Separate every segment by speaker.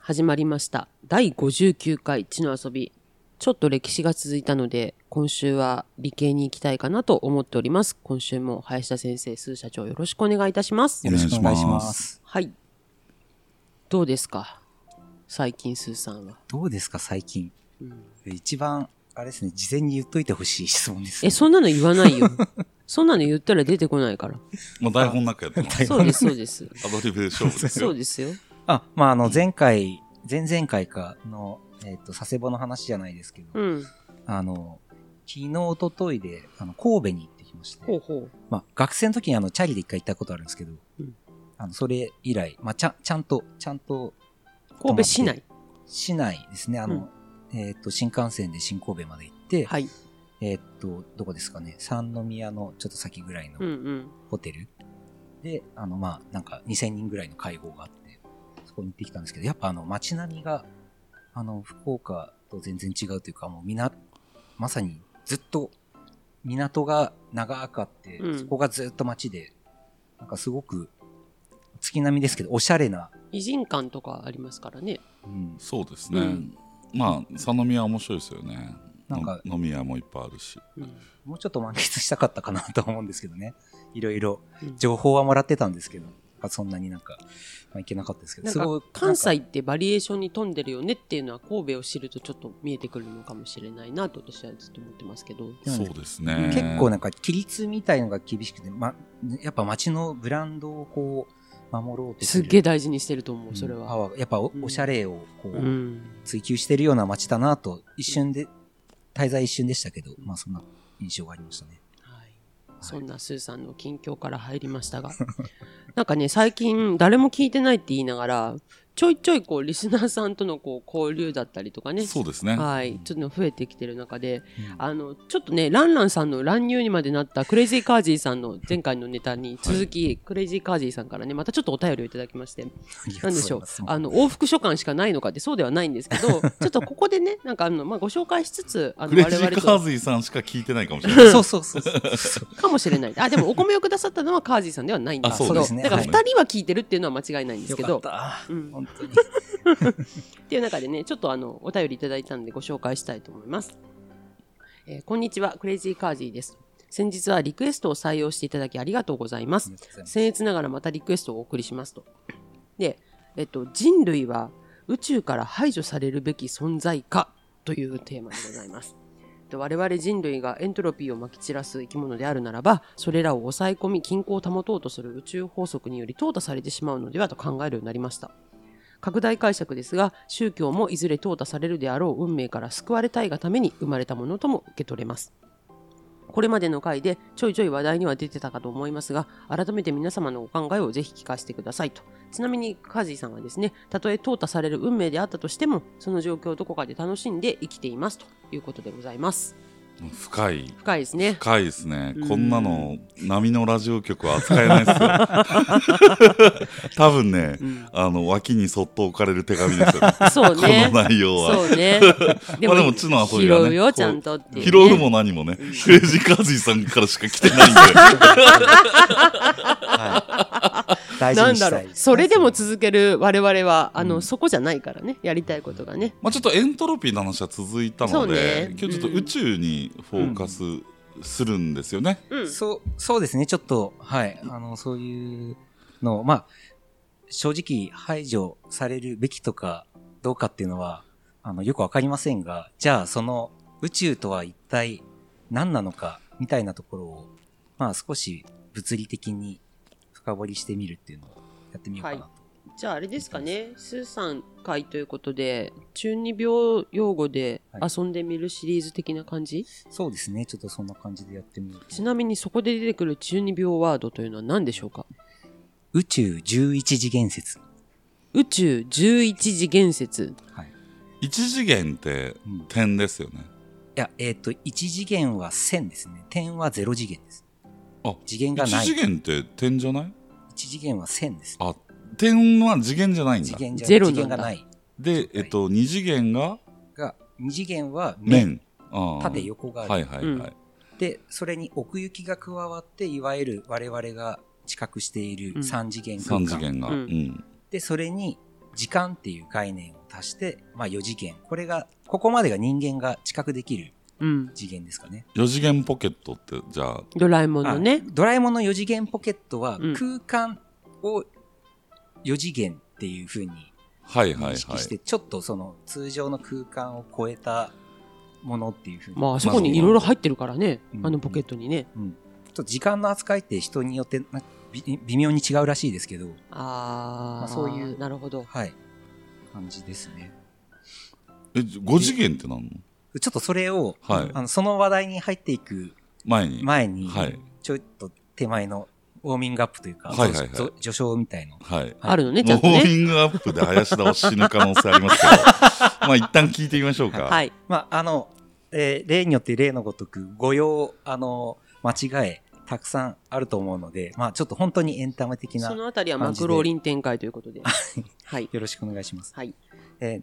Speaker 1: 始まりました。第59回地の遊び。ちょっと歴史が続いたので、今週は理系に行きたいかなと思っております。今週も林田先生、スー社長よろしくお願いいたします。
Speaker 2: よろしくお願いし
Speaker 3: お願
Speaker 2: ま。
Speaker 3: いします
Speaker 1: はい。どうですか最近スーさんは。
Speaker 2: どうですか、最近。
Speaker 1: うん
Speaker 2: 一番、あれですね、事前に言っといてほしい質問です、
Speaker 1: え、そんなの言わない よ。そんなの言ったら出てこないから。
Speaker 3: もう台本なくやってます。
Speaker 1: そう です、そうです。
Speaker 3: アドリブで勝負です
Speaker 1: そ
Speaker 3: よ
Speaker 1: う。ですよ。
Speaker 2: あ、まあ、あの、前回、前々回かの、えっ、と、佐世保の話じゃないですけど、
Speaker 1: うん。
Speaker 2: あの、昨日、一昨日で、あの、神戸に行ってきまして、
Speaker 1: ほうほう。
Speaker 2: まあ、学生の時にあの、チャリで一回行ったことあるんですけど、
Speaker 1: うん
Speaker 2: あの、それ以来、まあ、ちゃん、ちゃんと、ちゃんと、
Speaker 1: 神戸市内。
Speaker 2: 市内ですね、あの、えっ、と、新幹線で新神戸まで行って、
Speaker 1: はい。
Speaker 2: えっ、と、どこですかね、三宮のちょっと先ぐらいの、
Speaker 1: うんうん。
Speaker 2: ホテルで、あの、まあ、なんか2000人ぐらいの会合があって、そこに行ってきたんですけど、やっぱあの街並みが、あの、福岡と全然違うというか、もうみな、まさにずっと港が長くあって、
Speaker 1: うん
Speaker 2: そこがずっと街で、なんかすごく月並みですけど、おしゃれな、
Speaker 1: 偉人館とかありますからね。
Speaker 2: うん、
Speaker 3: そうですね。
Speaker 1: うん
Speaker 3: まあ、三宮は面白いですよね。
Speaker 2: なんか
Speaker 3: の飲み屋もいっぱいあるし。
Speaker 1: うん。
Speaker 2: もうちょっと満喫したかったかなと思うんですけどね。いろいろ
Speaker 1: うん
Speaker 2: 情報はもらってたんですけど、そんなになんか、まあ、いけなかったですけど、
Speaker 1: なん
Speaker 2: すごい
Speaker 1: か関西ってバリエーションに富んでるよねっていうのは神戸を知るとちょっと見えてくるのかもしれないなと私はずっと思ってますけど。
Speaker 2: うん
Speaker 3: そうですね。
Speaker 2: 結構なんか規律みたいのが厳しくて、ま、やっぱ街のブランドをこう守ろうと
Speaker 1: すっげえ
Speaker 2: え
Speaker 1: 大事にしてると思う、それは。
Speaker 2: やっぱお
Speaker 1: うん
Speaker 2: おしゃれを
Speaker 1: う。
Speaker 2: こうん追求してるような街だなと一瞬で滞在一瞬でしたけど、まあ、そんな印象がありましたね。
Speaker 1: はい。そんなスーさんの近況から入りましたが。 なんかね、最近誰も聞いてないって言いながら、ちょいちょいこうリスナーさんとのこう交流だったりとかね。
Speaker 3: そうですね。
Speaker 1: はい。ちょっと増えてきてる中で、
Speaker 2: うん
Speaker 1: あの、ちょっとね、ランランさんの乱入にまでなったクレイジーカージーさんの前回のネタに続き、クレイジーカージーさんからね、またちょっとお便りをいただきまして、 なんでしょう、あの、往復書簡しかないのかってそうではないんですけ ど、ちょっとここでね、なんかあの、まあ、ご紹介しつつ、あ
Speaker 3: ク
Speaker 1: の、
Speaker 3: レイ
Speaker 1: 我
Speaker 3: ジ
Speaker 1: 々
Speaker 3: ーカー
Speaker 1: と、
Speaker 3: ズイさんしか聞いてないかもしれな い。
Speaker 2: そうそうそうそう。
Speaker 1: かもしれない。あ、でもお米をくださったのはカージーさんではないんで
Speaker 3: あ
Speaker 1: す
Speaker 3: そ
Speaker 1: け
Speaker 3: う
Speaker 1: ど、
Speaker 3: です
Speaker 2: ね
Speaker 1: だから
Speaker 2: はい
Speaker 1: 二人は聞いてるっていうのは間違いないんです
Speaker 2: よ
Speaker 1: け
Speaker 2: か
Speaker 1: ど
Speaker 2: っ、た。
Speaker 1: うん
Speaker 2: 本当に。
Speaker 1: っていう中でね、ちょっとあの、お便りいただいたんでご紹介したいと思います。えーこんにちは、クレイジーカージーです。先日はリクエストを採用していただきありがとうございます。僭越ながらまたリクエストをお送りしますと。で、えっと、人類は宇宙から排除されるべき存在かというテーマでございます。で我々人類がエントロピーをまき散らす生き物であるならば、それらを抑え込み均衡を保とうとする宇宙法則により淘汰されてしまうのではと考えるようになりました。拡大解釈ですが、宗教もいずれ淘汰されるであろう運命から救われたいがために生まれたものとも受け取れます。これまでの回でちょいちょい話題には出てたかと思いますが、改めて皆様のお考えをぜひ聞かせてくださいと。ちなみに、カージーさんはですね、たとえ淘汰される運命であったとしても、その状況をどこかで楽しんで生きていますということでございます。
Speaker 3: 深い。
Speaker 1: 深いです ね。
Speaker 3: 深いですね
Speaker 1: う。ん
Speaker 3: こんなの、波のラジオ局は扱えないですよ。 多分ね
Speaker 1: う、ん、
Speaker 3: あの、脇にそっと置かれる手紙ですよね。
Speaker 1: そう
Speaker 3: この
Speaker 1: ね。
Speaker 3: 内容は。
Speaker 1: そう ね。
Speaker 3: まあでも知の遊びはね
Speaker 1: 拾うよ、ちゃんとっていう、ね。
Speaker 3: 拾うも何 もね、クレイジーカーズイさんからしか来てないんで。
Speaker 2: はい大事
Speaker 1: な
Speaker 2: に
Speaker 1: ん
Speaker 2: し
Speaker 1: だ
Speaker 2: た
Speaker 1: ろ。
Speaker 2: いう
Speaker 1: それでも
Speaker 2: つ
Speaker 1: 続ける我々は、あの、
Speaker 2: うん
Speaker 1: そこじゃないからね。やりたいことがね。
Speaker 3: まあ、ちょっとエントロピーの話は続いた
Speaker 1: そ
Speaker 3: の
Speaker 1: う
Speaker 3: で、
Speaker 1: ね
Speaker 3: 今日ちょっと宇宙にフォーカスするんですよね。
Speaker 1: うん。
Speaker 2: そう、そうですね。ちょっと、はい。あの、そういうのを、まあ、正直排除されるべきとかどうかっていうのは、あの、よくわかりませんが、じゃあその宇宙とは一体何なのかみたいなところを、まあ少し物理的に深掘りしてみるっていうのをやってみようかなと。
Speaker 1: じゃああれですかね、スーさん会ということで、中二病用語で
Speaker 2: はい
Speaker 1: 遊んでみるシリーズ的な感じ、
Speaker 2: そうですね。ちょっとそんな感じでやってみよう
Speaker 1: ち
Speaker 2: と。
Speaker 1: なみにそこで出てくる中二病ワードというのは何でしょうか
Speaker 2: 宇宙11次元説。
Speaker 1: 宇宙11次元説。
Speaker 2: はい。
Speaker 3: 一次元って
Speaker 2: うん、い
Speaker 3: 点ですよね。
Speaker 2: や、えっ、と、1次元は1000ですね。点は0次元です。
Speaker 3: あ
Speaker 2: 次元が
Speaker 3: 一
Speaker 2: ない。
Speaker 3: 次元って点じゃない
Speaker 2: 一次元は1000ですね。
Speaker 3: あ、点は次元じゃないん
Speaker 2: 次
Speaker 3: だ。
Speaker 2: 元じゃ
Speaker 1: ゼロ
Speaker 2: 次
Speaker 1: なんだ
Speaker 2: 元がない。
Speaker 3: で、えっと、二次元が
Speaker 2: が、二次元は面、
Speaker 3: 面。あー
Speaker 2: 縦横がある、
Speaker 3: はいはいはい。
Speaker 2: で、それに奥行きが加わって、いわゆる我々が知覚して
Speaker 1: う
Speaker 2: い
Speaker 1: ん
Speaker 2: る三次元空間。
Speaker 3: 三次元が。
Speaker 1: う
Speaker 3: うんん。
Speaker 2: で、それに時間っていう概念を足して、まあ4次元。これが、ここまでが人間が知覚できる
Speaker 1: うん。
Speaker 2: 次元ですかね。
Speaker 3: 4次元ポケットって、じゃあ、
Speaker 1: ドラえもんのね
Speaker 2: あ。ドラえもんの4次元ポケットは
Speaker 1: うん
Speaker 2: 空間を4次元っていう風に
Speaker 3: はいはいは
Speaker 2: 認
Speaker 3: い。
Speaker 2: 識して、ちょっとその通常の空間を超えたものっていう風に。
Speaker 1: まあ、あそこにいろいろ入ってるからね
Speaker 2: う。ん
Speaker 1: あのポケットにね。
Speaker 2: ちょっと時間の扱いって人によってなび微妙に違うらしいですけど、
Speaker 1: あ
Speaker 2: ま
Speaker 1: あ、
Speaker 2: あそういう
Speaker 1: なるほど。
Speaker 2: はい。感じですね。
Speaker 3: え、5次元ってなんの
Speaker 2: ちょっとそれを、
Speaker 3: はい
Speaker 2: あのその話題に入っていく
Speaker 3: 前に。
Speaker 2: 前に、
Speaker 3: はい。
Speaker 2: ちょっと手前のウォーミングアップというか、
Speaker 3: はいはいはい
Speaker 2: ぞぞ序章みたいの。
Speaker 3: はい。
Speaker 2: はい
Speaker 1: あるのね、ち
Speaker 3: も
Speaker 1: ゃ
Speaker 3: うんウ
Speaker 1: と
Speaker 3: ォー
Speaker 1: ね。
Speaker 3: ミングアップで林田を死ぬ可能性ありますけど、まあ一旦聞いてみましょうか。
Speaker 1: はい。
Speaker 2: まあ、あの、えー例によって例のごとく、誤用、あの、間違え、たくさんあると思うので、まあ、ちょっと本当にエンタメ的な、
Speaker 1: そ
Speaker 2: よ
Speaker 1: のあたりはマクローリン展開ということで。はい。
Speaker 2: ろしくお願いします。
Speaker 1: はい。
Speaker 2: えー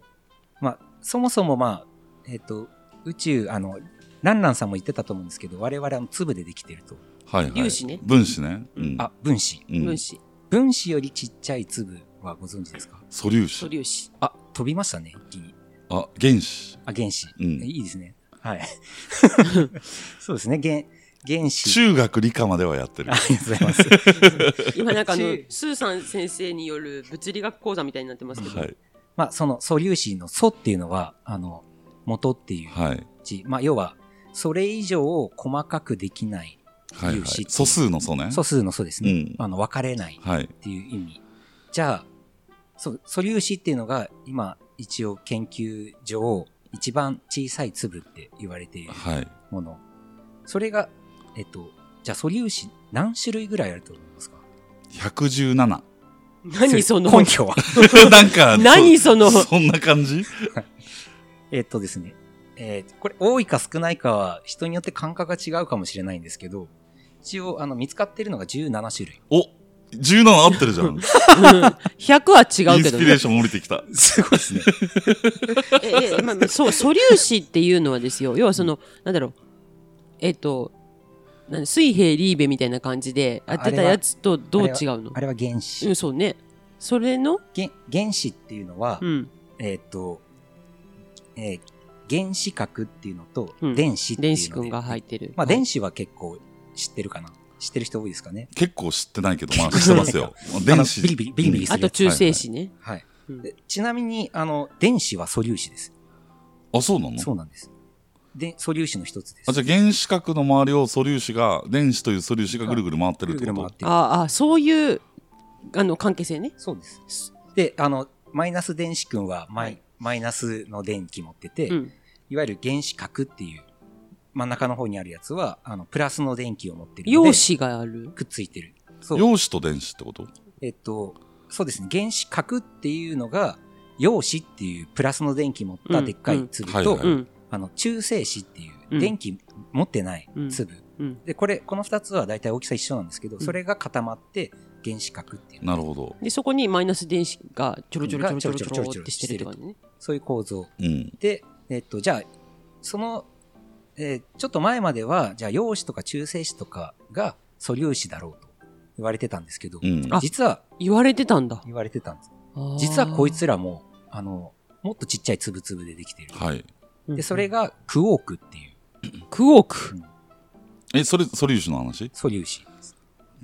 Speaker 2: まあ、そもそも、まあ、えっ、と、宇宙、あの、ランランさんも言ってたと思うんですけど、我々は粒でできてると。
Speaker 3: はいはい。
Speaker 1: 粒子ね
Speaker 3: 分子ね。うん。
Speaker 2: あ、分子。
Speaker 3: うん、
Speaker 1: 分子、
Speaker 2: 分子よりちっちゃい粒はご存知ですか
Speaker 3: 素粒
Speaker 1: 素
Speaker 3: 子。
Speaker 1: 粒子。
Speaker 2: あ、飛びましたね、一気に。
Speaker 3: あ、原子。
Speaker 2: あ、原子。
Speaker 3: うん
Speaker 2: いいですね。 はい。そうですね、原、原子。
Speaker 3: 中学理科まではやってる
Speaker 2: あ。りがとうございます。
Speaker 1: 今なんかあの
Speaker 2: 中、
Speaker 1: スーさん先生による物理学講座みたいになってますけど。
Speaker 3: はい。
Speaker 2: まあ、その素粒子の素っていうのは、あの、元っていう
Speaker 3: はい。
Speaker 2: 字。まあ、要は、それ以上を細かくできない
Speaker 3: はい、はい
Speaker 2: 粒子。
Speaker 3: 素数の素ね。
Speaker 2: 素数の素です
Speaker 3: う
Speaker 2: ね。
Speaker 3: ん。
Speaker 2: あの、分かれないっ
Speaker 3: はい。
Speaker 2: ていう意味。じゃあ、そう素粒子っていうのが、今、一応研究上、一番小さい粒って言われている
Speaker 3: はい。
Speaker 2: もの。それが、えっと、じゃあ素粒子何種類ぐらいあると思いますか
Speaker 3: 117。なん
Speaker 1: 何その、
Speaker 2: 根拠は
Speaker 3: か、
Speaker 1: 何その
Speaker 3: そんな感じ
Speaker 2: えっとですね。えーこれ多いか少ないかは人によって感覚が違うかもしれないんですけど、一応、あの、見つかってるのが17種 類。
Speaker 3: お !17 合ってるじゃん。
Speaker 1: 100は違
Speaker 3: イ
Speaker 1: う
Speaker 3: ン
Speaker 1: け
Speaker 3: ス
Speaker 1: ど
Speaker 3: ピレー
Speaker 1: ね。
Speaker 3: ション降りてきた。
Speaker 2: すごいですね。
Speaker 1: ええまあまあそう、素粒子っていうのはですよ。要はその、なんだろう。えっ、と、なん水平リーベみたいな感じでやってたやつとどう違うの
Speaker 2: あれは原
Speaker 1: う
Speaker 2: 子。
Speaker 1: ん、そうね。それの、
Speaker 2: 原原子っていうのは、
Speaker 1: うん、
Speaker 2: えっと、えー原子核っていうのと、
Speaker 1: うん
Speaker 2: 電子っていうので、
Speaker 1: 電子くんが入ってる。
Speaker 2: まあ、
Speaker 1: はい
Speaker 2: 電子は結構知ってるかな。知ってる人多いですかね。
Speaker 3: 結構知ってないけど、まあ知ってますよ。電
Speaker 2: あ
Speaker 3: 子。
Speaker 2: のビリビリビリビリす
Speaker 1: あ
Speaker 2: る
Speaker 1: と
Speaker 2: やつ。
Speaker 1: 中性子ね。
Speaker 2: はい。
Speaker 1: うん
Speaker 2: でちなみに、あの、電子は素粒子です。
Speaker 3: あ、そうなの
Speaker 2: そうなんです。で、素粒子の一つです。
Speaker 3: あじゃあ原子核の周りを素粒子が電子という素粒子がぐるぐる回ってる
Speaker 2: ぐ
Speaker 3: っ
Speaker 2: る
Speaker 3: て
Speaker 2: ぐ
Speaker 3: こ
Speaker 2: る回
Speaker 3: と
Speaker 2: ってる。
Speaker 1: ああ、そういう、あの、関係性ね。
Speaker 2: そうです。で、あの、マイナス電子君はマイ,、マイナスの電気持ってて、
Speaker 1: うん。
Speaker 2: いわゆる原子核っていう、真ん中の方にあるやつは、あの、プラスの電気を持ってるので。
Speaker 1: 陽子がある。
Speaker 2: くっついてる。そう。
Speaker 3: 陽子と電子ってこと
Speaker 2: えっと、そうですね。原子核っていうのが、陽子っていうプラスの電気持ったでっかい粒
Speaker 3: うんうん
Speaker 2: と、
Speaker 3: は
Speaker 1: う
Speaker 3: い
Speaker 1: ん。
Speaker 2: あの、中性子ってい
Speaker 1: うん
Speaker 2: う電気持ってない粒。
Speaker 1: うん。
Speaker 2: で、これ、この二つは大体大きさ一緒なんですけど、
Speaker 1: ん
Speaker 2: それが固まって原子核っていう、
Speaker 3: なるほど。
Speaker 1: で、そこにマイナス電子がちょろちょろちょろちょろちょろってしてるって感じね。
Speaker 2: そういう構造。
Speaker 3: うん。
Speaker 2: で、えっと、じゃあ、その、えーちょっと前までは、じゃあ、陽子とか中性子とかが素粒子だろうと言われてたんですけど、
Speaker 3: うん。
Speaker 1: あ
Speaker 2: 実は
Speaker 1: 言われてたんだ。
Speaker 2: 言われてたんです。
Speaker 1: あー
Speaker 2: 実はこい、つらも、あの、もっとちっちゃい粒々でできている。
Speaker 3: はい。
Speaker 1: うん
Speaker 2: で、それ、がクオークっていう
Speaker 1: クォーク。
Speaker 3: え、それ、素粒子の話
Speaker 2: 素粒子です。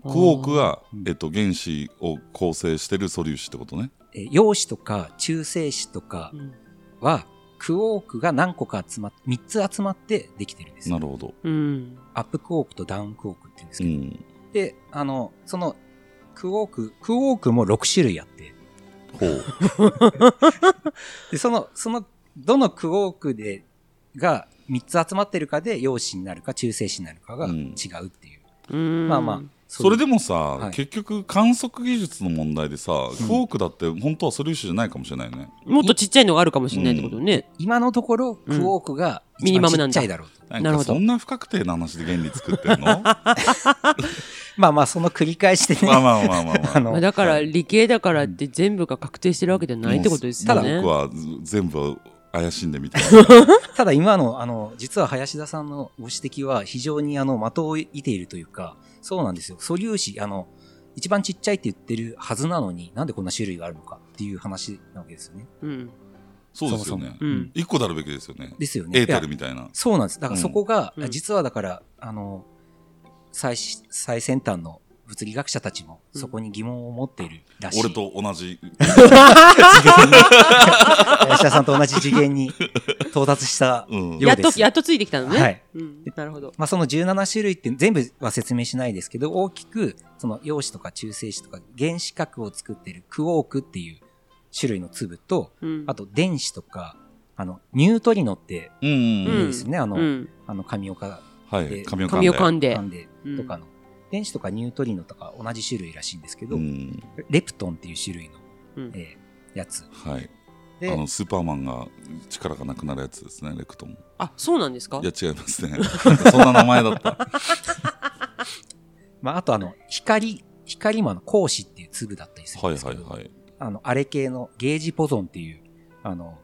Speaker 1: あ
Speaker 3: ク
Speaker 1: ー
Speaker 3: ォークが
Speaker 2: うん、
Speaker 3: えっと、原子を構成してる素粒子ってことね。
Speaker 2: えー陽子とか中性子とか
Speaker 1: うん
Speaker 2: は、クオークが何個か集まっ、3つ集まってできてるんです。
Speaker 3: なるほど。
Speaker 1: うん。
Speaker 2: アップクオークとダウンクオークって言うんです
Speaker 3: う
Speaker 2: けど、
Speaker 3: ん。
Speaker 2: で、あの、その、クオーク、クオークも6種類あって、
Speaker 3: ほう。
Speaker 2: で、その、その、どのクオークで、が3つ集まってるかで、陽子になるか中性子になるかが違
Speaker 3: うん
Speaker 2: うっていう。
Speaker 1: うん
Speaker 2: まあまあ、
Speaker 3: それで
Speaker 2: も、
Speaker 3: もさ、
Speaker 2: い
Speaker 3: 結局観測技術の問題でさ、クォークだって本当は素粒子じゃないかもしれないね。
Speaker 1: もっとちっちゃいのがあるかもしれないってことね。
Speaker 2: 今のところ、クオークが
Speaker 1: ミ
Speaker 2: 一
Speaker 1: ニマ
Speaker 2: 番
Speaker 1: ム
Speaker 2: ち
Speaker 1: なん
Speaker 2: っ
Speaker 1: だ
Speaker 2: ちゃいだろうと。
Speaker 1: な
Speaker 3: な
Speaker 1: んる
Speaker 3: か
Speaker 1: ほど
Speaker 3: そんな不確定な話で原理作って んのまあ
Speaker 2: まあまあ、その繰り返しでね、
Speaker 3: まあまあまあま あ。
Speaker 2: あの
Speaker 1: まあ、だから
Speaker 3: はい
Speaker 1: 理系だからって全部が確定してるわけじゃ ないってことですよね。
Speaker 3: 僕は全部怪しんでみたい
Speaker 2: ただ今の、あの、実は林田さんのご指摘は非常にあの、的を射ているというか、そうなんですよ。素粒子、あの、一番ちっちゃいって言ってるはずなのに、なんでこんな種類があるのかっていう話なわけですよね。
Speaker 1: うん
Speaker 3: そうですよね
Speaker 1: う。ん。
Speaker 3: 一個であるべきですよね。
Speaker 2: ですよね。
Speaker 3: エーテ
Speaker 2: い
Speaker 3: ル
Speaker 2: や
Speaker 3: みたいな。
Speaker 2: そうなんです。だからそこが、
Speaker 1: うん
Speaker 2: 実はだから、あの、最し、最先端の物理学者たちも、
Speaker 1: うん
Speaker 2: そこに疑問を持っているらしい。
Speaker 3: 俺と同 じ。
Speaker 2: 次元に。吉田さんと同じ次元に到達 した。
Speaker 3: うん。
Speaker 2: よ
Speaker 1: やっ
Speaker 2: うで
Speaker 1: と、
Speaker 2: す
Speaker 1: やっとついてきたのね。
Speaker 2: はい。
Speaker 1: うん。なるほど。
Speaker 2: まあ、その17種類って全部は説明しないですけど、大きく、その陽子とか中性子とか原子核を作っているクォークっていう種類の粒と、
Speaker 1: うん。
Speaker 2: あと電子とか、あの、ニュートリノって
Speaker 3: うん
Speaker 1: う
Speaker 3: うん
Speaker 2: 言
Speaker 3: ん。
Speaker 2: うんですよね。あの、
Speaker 1: うん。
Speaker 2: あの、神岡
Speaker 3: はい。髪を噛ん
Speaker 1: 髪
Speaker 3: で。
Speaker 1: を噛んで
Speaker 2: なん。で、
Speaker 1: うん
Speaker 2: とかの、電子とかニュートリノとか同じ種類らしいんですけど、
Speaker 3: うん。
Speaker 2: レプトンっていう種類の、
Speaker 1: うん
Speaker 2: えーやつ。
Speaker 3: はい。あ
Speaker 2: で、
Speaker 3: の、スーパーマンが力がなくなるやつですね、レクトン。
Speaker 1: あ、そうなんですか
Speaker 3: いや、違いますね。 なんかそんな名前だ った。
Speaker 2: まあ、あとあの、光、光もあの、光子っていう粒だったりする
Speaker 3: は
Speaker 2: ん
Speaker 3: い
Speaker 2: です
Speaker 3: は
Speaker 2: け
Speaker 3: い
Speaker 2: ど、
Speaker 3: はい。
Speaker 2: あの、あれ系のゲージポゾンっていう、あの、